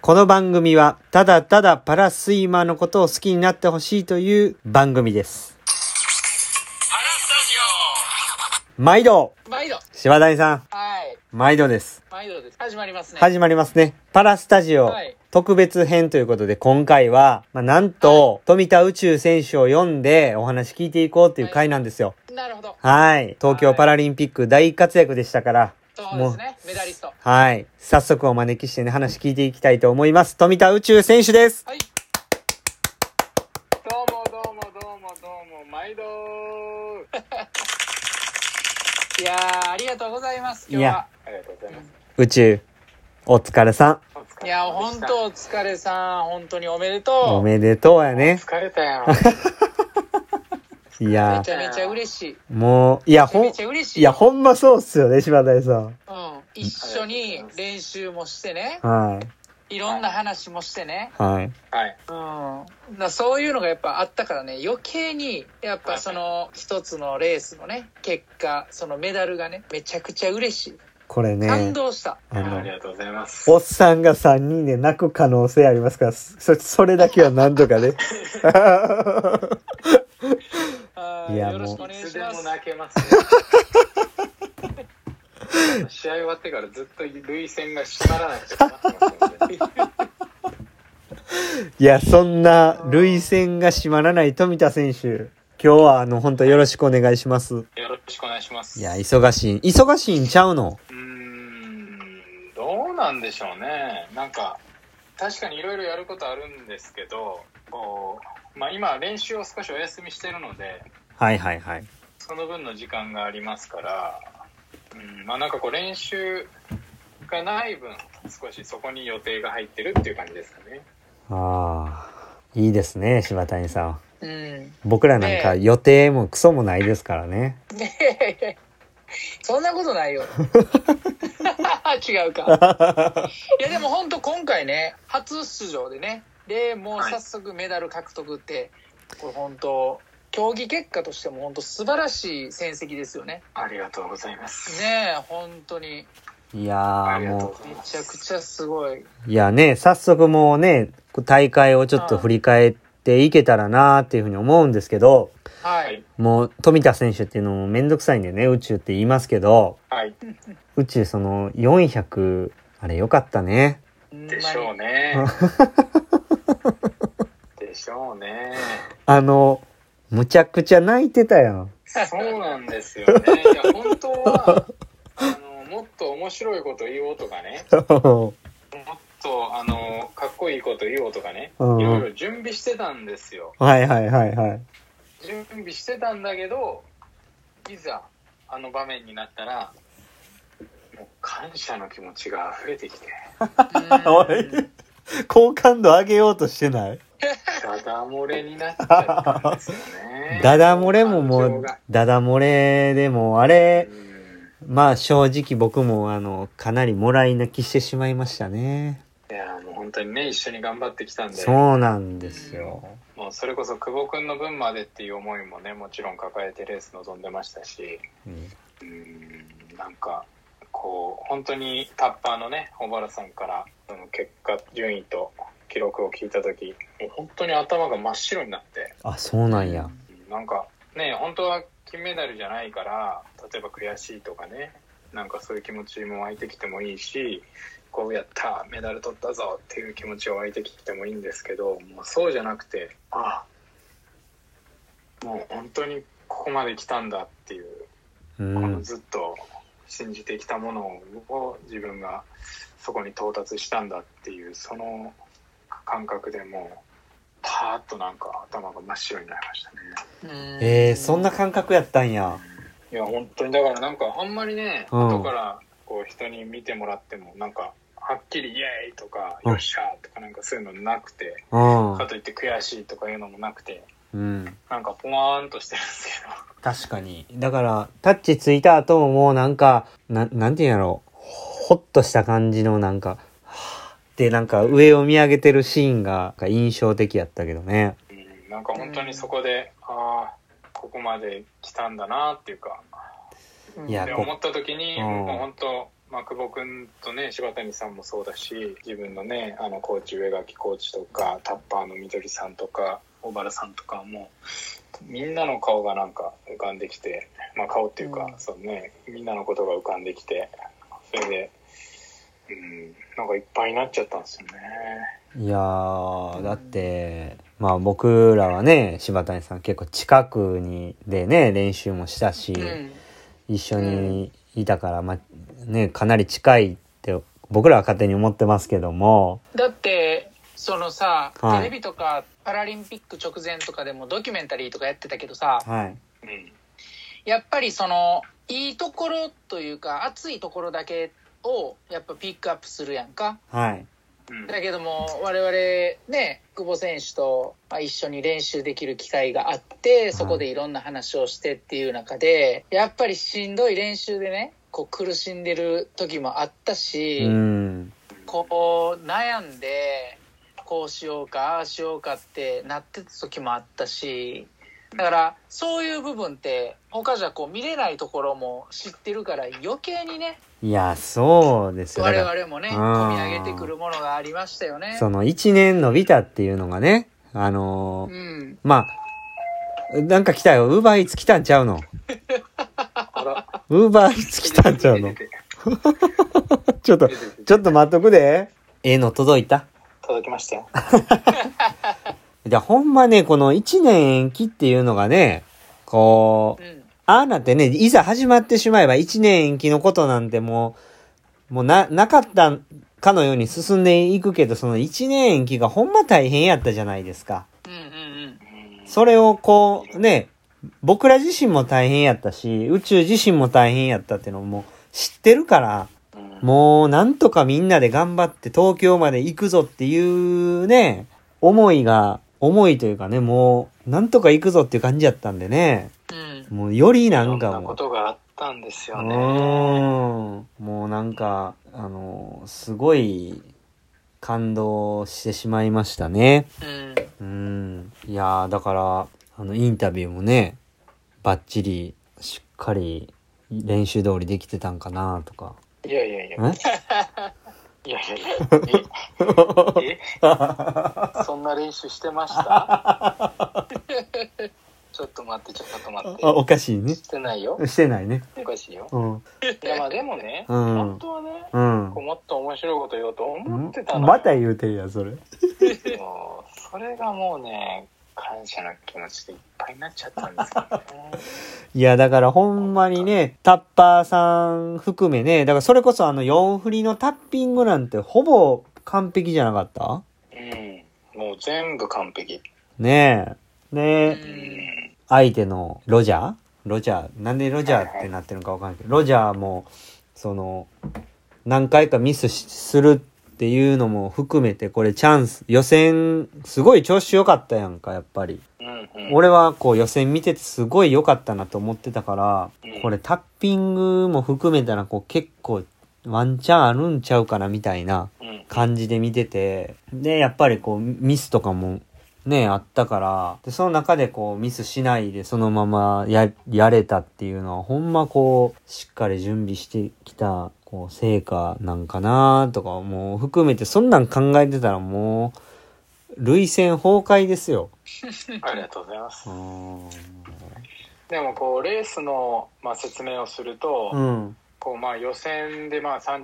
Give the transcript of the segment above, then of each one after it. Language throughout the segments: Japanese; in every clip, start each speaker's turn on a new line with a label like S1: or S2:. S1: この番組は、ただただパラスイマーのことを好きになってほしいという番組です。
S2: パラスタ
S1: 毎度
S2: ジオ毎度
S1: 柴谷さん、
S2: はい。
S1: 毎度です。
S2: 毎度です。始まりますね。
S1: 始まりますね。パラスタジオ
S2: はい
S1: 特別編ということで、今回は、まあ、なんと、富田宇宙選手を読んでお話聞いていこうっていう回なんですよ。
S2: なるほど。
S1: はい。東京パラリンピック大活躍でしたから。
S2: そうですね。メダリスト。
S1: はい。早速お招きしてね、話聞いていきたいと思います。富田宇宙選手です。
S2: はい。どうもどうもどうもどうも、毎度いやー、ありがとうございます、今日は。
S3: ありがとうございます。
S1: 宇宙、お疲れさ
S3: お疲
S2: い
S3: れ
S2: や、
S3: 様で
S2: 本
S3: した
S2: 当お疲れさん。本当におめで
S1: ん。お
S2: とう。
S1: めでとうやね。
S3: 疲れたよ。
S1: いや
S2: めちゃめちゃ嬉しい。
S1: ー、もう、いや、
S2: めちゃ
S1: ほん、
S2: め
S1: い
S2: ちゃ嬉しい。
S1: や、ほんまそうっすよね、柴谷さん。
S2: うん。一緒に練習もしてね。
S1: はい。
S2: いろんな話もしてね。
S1: はい。
S3: はい。
S2: うん、だそういうのがやっぱあったからね余計にやっぱその一つのレースのね結果そのメダルがねめちゃくちゃ嬉しい
S1: これね
S2: 感、動した、
S1: あ
S3: あり
S1: の、
S3: がとうございます。
S1: おっさんが3人で泣く可能性ありますから、そ、それだけは何とか ね。
S2: あー
S1: いや
S2: よろしく
S1: も
S2: お
S3: い
S2: 願い
S3: つ
S2: し
S3: で
S2: ま
S3: も
S2: す
S3: 泣けます、ね。試合終わってからずっと涙腺が閉まらなくて困ってますよね。
S1: いや、そんな、涙腺が締まらない富田選手。今日は、あの、本当よろしくお願いします。
S3: よろしくお願いします。
S1: いや、忙しい。忙しいんちゃうの
S3: うーん、どうなんでしょうね。なんか、確かにいろいろやることあるんですけど、こう、まあ今練習を少しお休みしてるので、
S1: はいはいはい。
S3: その分の時間がありますから、うん、まあなんかこう練習がない分、少しそこに予定が入ってるっていう感じですかね。
S1: ああ、いいですね、柴谷さん。
S2: うん
S1: 僕らなんか
S2: ね
S1: 予定もクソもないですからね。
S2: ねえそんなことないよ 違うかいやでも本当今回ね初出場でねでもう
S3: はい
S2: 早速メダル獲得って、これ本当競技結果としても本当素晴らしい戦績ですよね
S3: ありがとうございます。
S2: ねえ本当に
S1: いや
S3: あり
S1: ー
S3: がと
S1: も
S3: うござい
S2: め
S3: ま
S2: ちゃ
S3: す。
S2: くちゃすごい。
S1: う、いやね、早速もうね、大会をちょっと振り返っていけたらなーっていうふうに思うんですけど、
S2: は
S3: はいい。
S1: もう富田選手っていうのもめんどくさいんでね、宇宙って言いますけど、
S3: はい。
S1: 宇宙その400、あれよかったね。
S2: ほんまに
S3: でしょうね。でしょうね。
S1: あの、むちゃくちゃ泣いてたや ん。
S3: そうなんですよね。いや、本当は、あの、もっと面白いこと言おうとかね、もっと、あの、かっこいいこと言おうとかね、い
S1: うん
S3: ろいろ準備してたんですよ。
S1: はいはいはいはい。
S3: 準備してたんだけどいざあの場面になったらもう感謝の気持ちが溢れてきて
S1: おい
S2: うん
S1: 好感度上げようとしてない
S3: ダダ漏れになっちゃったんですよね
S1: ダダ漏れもも
S3: 感情
S1: う
S3: が、
S1: ダダ漏れでも、あ
S3: う
S1: れ、
S3: ん
S1: まあ正直僕もあの、かなりもらい泣きしてしまいましたね。
S3: いやもう本当にね一緒に頑張ってきたんで
S1: そうなんですよ。
S3: もうそれこそ久保君の分までっていう思いもねもちろん抱えてレース臨んでましたし
S1: うん
S3: うんなんかこう本当にタッパーのね小原さんからその結果順位と記録を聞いた時もう本当に頭が真っ白になって
S1: あ、そう なんや。
S3: なんかね本当は金メダルじゃないから例えば悔しいとかねなんかそういう気持ちも湧いてきてもいいしこうやったメダル取ったぞっていう気持ちが湧いてきてもいいんですけどもうそうじゃなくてあもう本当にここまで来たんだっていう
S1: う
S3: この
S1: ん。
S3: ずっと信じてきたものを自分がそこに到達したんだっていうその感覚でもうパーッとなんか頭が真っ白になりましたね
S2: うん
S1: えー、そんな感覚やったんや。
S3: いや本当にだからなんかあんまりね、
S1: うん
S3: 後からこう人に見てもらってもなんかはっきり「イエーイ!」とか「
S1: うん
S3: よっしゃ!」とかなんかそういうのなくて
S1: うん
S3: か。といって悔しいとかいうのもなくて
S1: うん。
S3: なんかポワーンとしてるんですけど
S1: 確かに。だから、タッチついた後ももうなんか、な、なんていうんやろう。ほっとした感じのなんか、はぁってなんか上を見上げてるシーンがなんか印象的やったけどね。
S3: うんなんか本当にそこで、ああここまで来たんだなっていうか
S2: うん
S1: いや
S3: で
S1: こ
S3: 思った時に、
S1: うん
S3: もう本当まあ、久保君とね柴谷さんもそうだし自分のねあのコーチ上垣コーチとかタッパーの緑さんとか小原さんとかもみんなの顔がなんか浮かんできて、まあ、顔っていうか、
S2: うん
S3: そのね、みんなのことが浮かんできてそれで、うん、なんかいっぱいになっちゃったんですよね。
S1: いやー、だって、まあ僕らはね、柴谷さん結構近くに、でね、練習もしたし、
S2: うん
S1: 一緒にいたから、まあね、かなり近いって僕らは勝手に思ってますけども、
S2: だってそのさ、
S1: はい
S2: テレビとかパラリンピック直前とかでもドキュメンタリーとかやってたけどさ
S1: はい。
S3: うん
S2: やっぱりそのいいところというか熱いところだけをやっぱピックアップするやんか
S1: はい。
S3: うん
S2: だけども我々ね久保選手とまあ一緒に練習できる機会があってそこでいろんな話をしてっていう中でやっぱりしんどい練習でねこう苦しんでる時もあったし、
S1: うん。
S2: こう悩んでこうしようかああしようかってなってた時もあったしだからそういう部分って他じゃこう見れないところも知ってるから余計にね
S1: いや、そうですよ。だ
S2: 我
S1: から
S2: 々もね
S1: うん
S2: 込み上げてくるものがありましたよね。
S1: その一年伸びたっていうのがね、あの
S2: う
S1: ー
S2: ん、
S1: まあ、なんか来たよ。ウーバーイーツ来たんちゃうの
S3: あら
S1: ウーバーイーツ来たんちゃうの ちょっと、ちょっと待っとくで。ええの届いた
S3: 届きましたよ。
S1: いや、ほんまね、この一年延期っていうのがね、こ
S2: う
S1: う、
S2: ん
S1: ああなってね、いざ始まってしまえば一年延期のことなんてもう、もうな、なかったかのように進んでいくけど、その一年延期がほんま大変やったじゃないですか。
S2: うんうん
S3: うん
S1: それをこう、ね、僕ら自身も大変やったし、宇宙自身も大変やったっていうのも知ってるから、
S3: うん
S1: もうなんとかみんなで頑張って東京まで行くぞっていうね、思いが、思いというかね、もうなんとか行くぞっていう感じやったんでね、
S2: うんうん
S1: もうよりなん
S3: い
S1: か
S3: ろんな
S1: も
S3: こ
S1: う、
S3: とがあったんですよ
S1: う
S3: ね。
S1: ーん、もうなんか、あの、すごい感動してしまいましたね。う
S2: うん
S1: ん。いやー、だから、あの、インタビューもね、バッチリ、しっかり練習通りできてたんかなとか。
S3: いやいやいや。
S1: え
S3: いやいやいや。 ええそんな練習してました ちょっと待って、ちょっと待
S1: あ、
S3: っ
S1: おかしい
S3: て。
S1: ね。
S3: してないよ。
S1: してないね。
S3: おかしいよ。
S1: うん。
S3: いやまあでもね、
S1: うん
S3: 本当はね、
S1: うん
S3: こう。もっと面白いこと言おうと思ってたのよ。
S1: また言うてるやん、それ。
S3: もうそれがもうね、感謝の気持ちでいっぱいになっちゃったんですよね。
S1: いや、だからほんまにね、タッパーさん含めね、だからそれこそあの4振りのタッピングなんてほぼ完璧じゃなかった
S3: うん、もう全部完璧。
S1: ねえ。ねえ
S2: う。
S3: うん
S2: ん、
S1: 相手のロジャーロジャーなんでロジャーってなってるのかわかんないけど、ロジャーも、その、何回かミスしするっていうのも含めて、これチャンス、予選、すごい調子良かったやんか、やっぱり。
S3: うんうん、
S1: 俺はこう予選見ててすごい良かったなと思ってたから、
S3: うん
S1: これタッピングも含めたらこう結構ワンチャンあるんちゃうかなみたいな
S3: うん、
S1: 感じで見てて、で、やっぱりこうミスとかもね、あったから、で、その中でこうミスしないでそのままや、やれたっていうのはほんまこうしっかり準備してきたこう成果なんかなとかもう含めてそんなん考えてたらもう、累戦崩壊ですよ。
S3: ありがとうございます
S1: う。ん
S3: でもこうレースの、まあ、説明をすると、
S1: うん。
S3: こうまあ予選でまあ35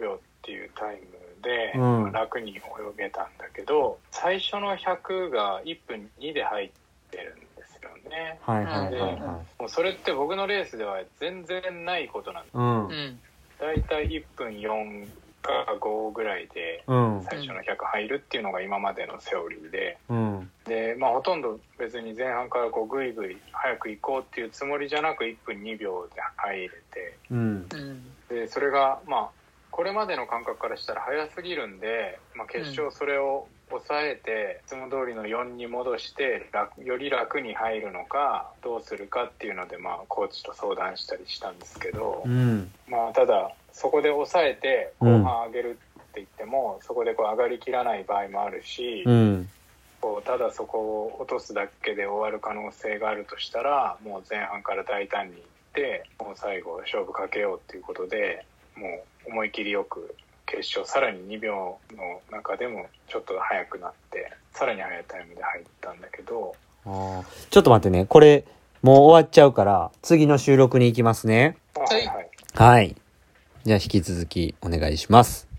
S3: 秒っていうタイムで
S1: うん
S3: まあ楽に泳げたんだけど、最初の100が1分2で入ってるんですよね。
S1: はいはいはいはい。
S3: もうそれって僕のレースでは全然ないことなんで
S1: うん
S2: う。ん
S3: す。だいたい1分4か5ぐらいで
S1: うん。
S3: 最初の100入るっていうのが今までのセオリーで。
S1: うん。
S3: でまあ、ほとんど別に前半からこうぐいぐい早く行こうっていうつもりじゃなく1分2秒で入れて
S1: うん。
S2: うん
S3: でそれがまあこれまでの感覚からしたら早すぎるんで、まあ、決勝それを抑えて、いつも通りの4に戻して楽より楽に入るのかどうするかっていうので、まあ、コーチと相談したりしたんですけど、
S1: うん。
S3: まあ、ただそこで抑えて後
S1: うん
S3: 半上げるって言っても、そこでこう上がりきらない場合もあるし、
S1: うん。
S3: こうただそこを落とすだけで終わる可能性があるとしたらもう前半から大胆にいってもう最後勝負かけようっていうことでもう思い切りよく決勝さらに2秒の中でもちょっと速くなってさらに速いタイムで入ったんだけど
S1: あーちょっと待ってね。これ、もう終わっちゃうから、次の収録に行きますね。
S3: あ
S2: はい
S3: はい
S1: はい。じゃあ引き続きお願いします。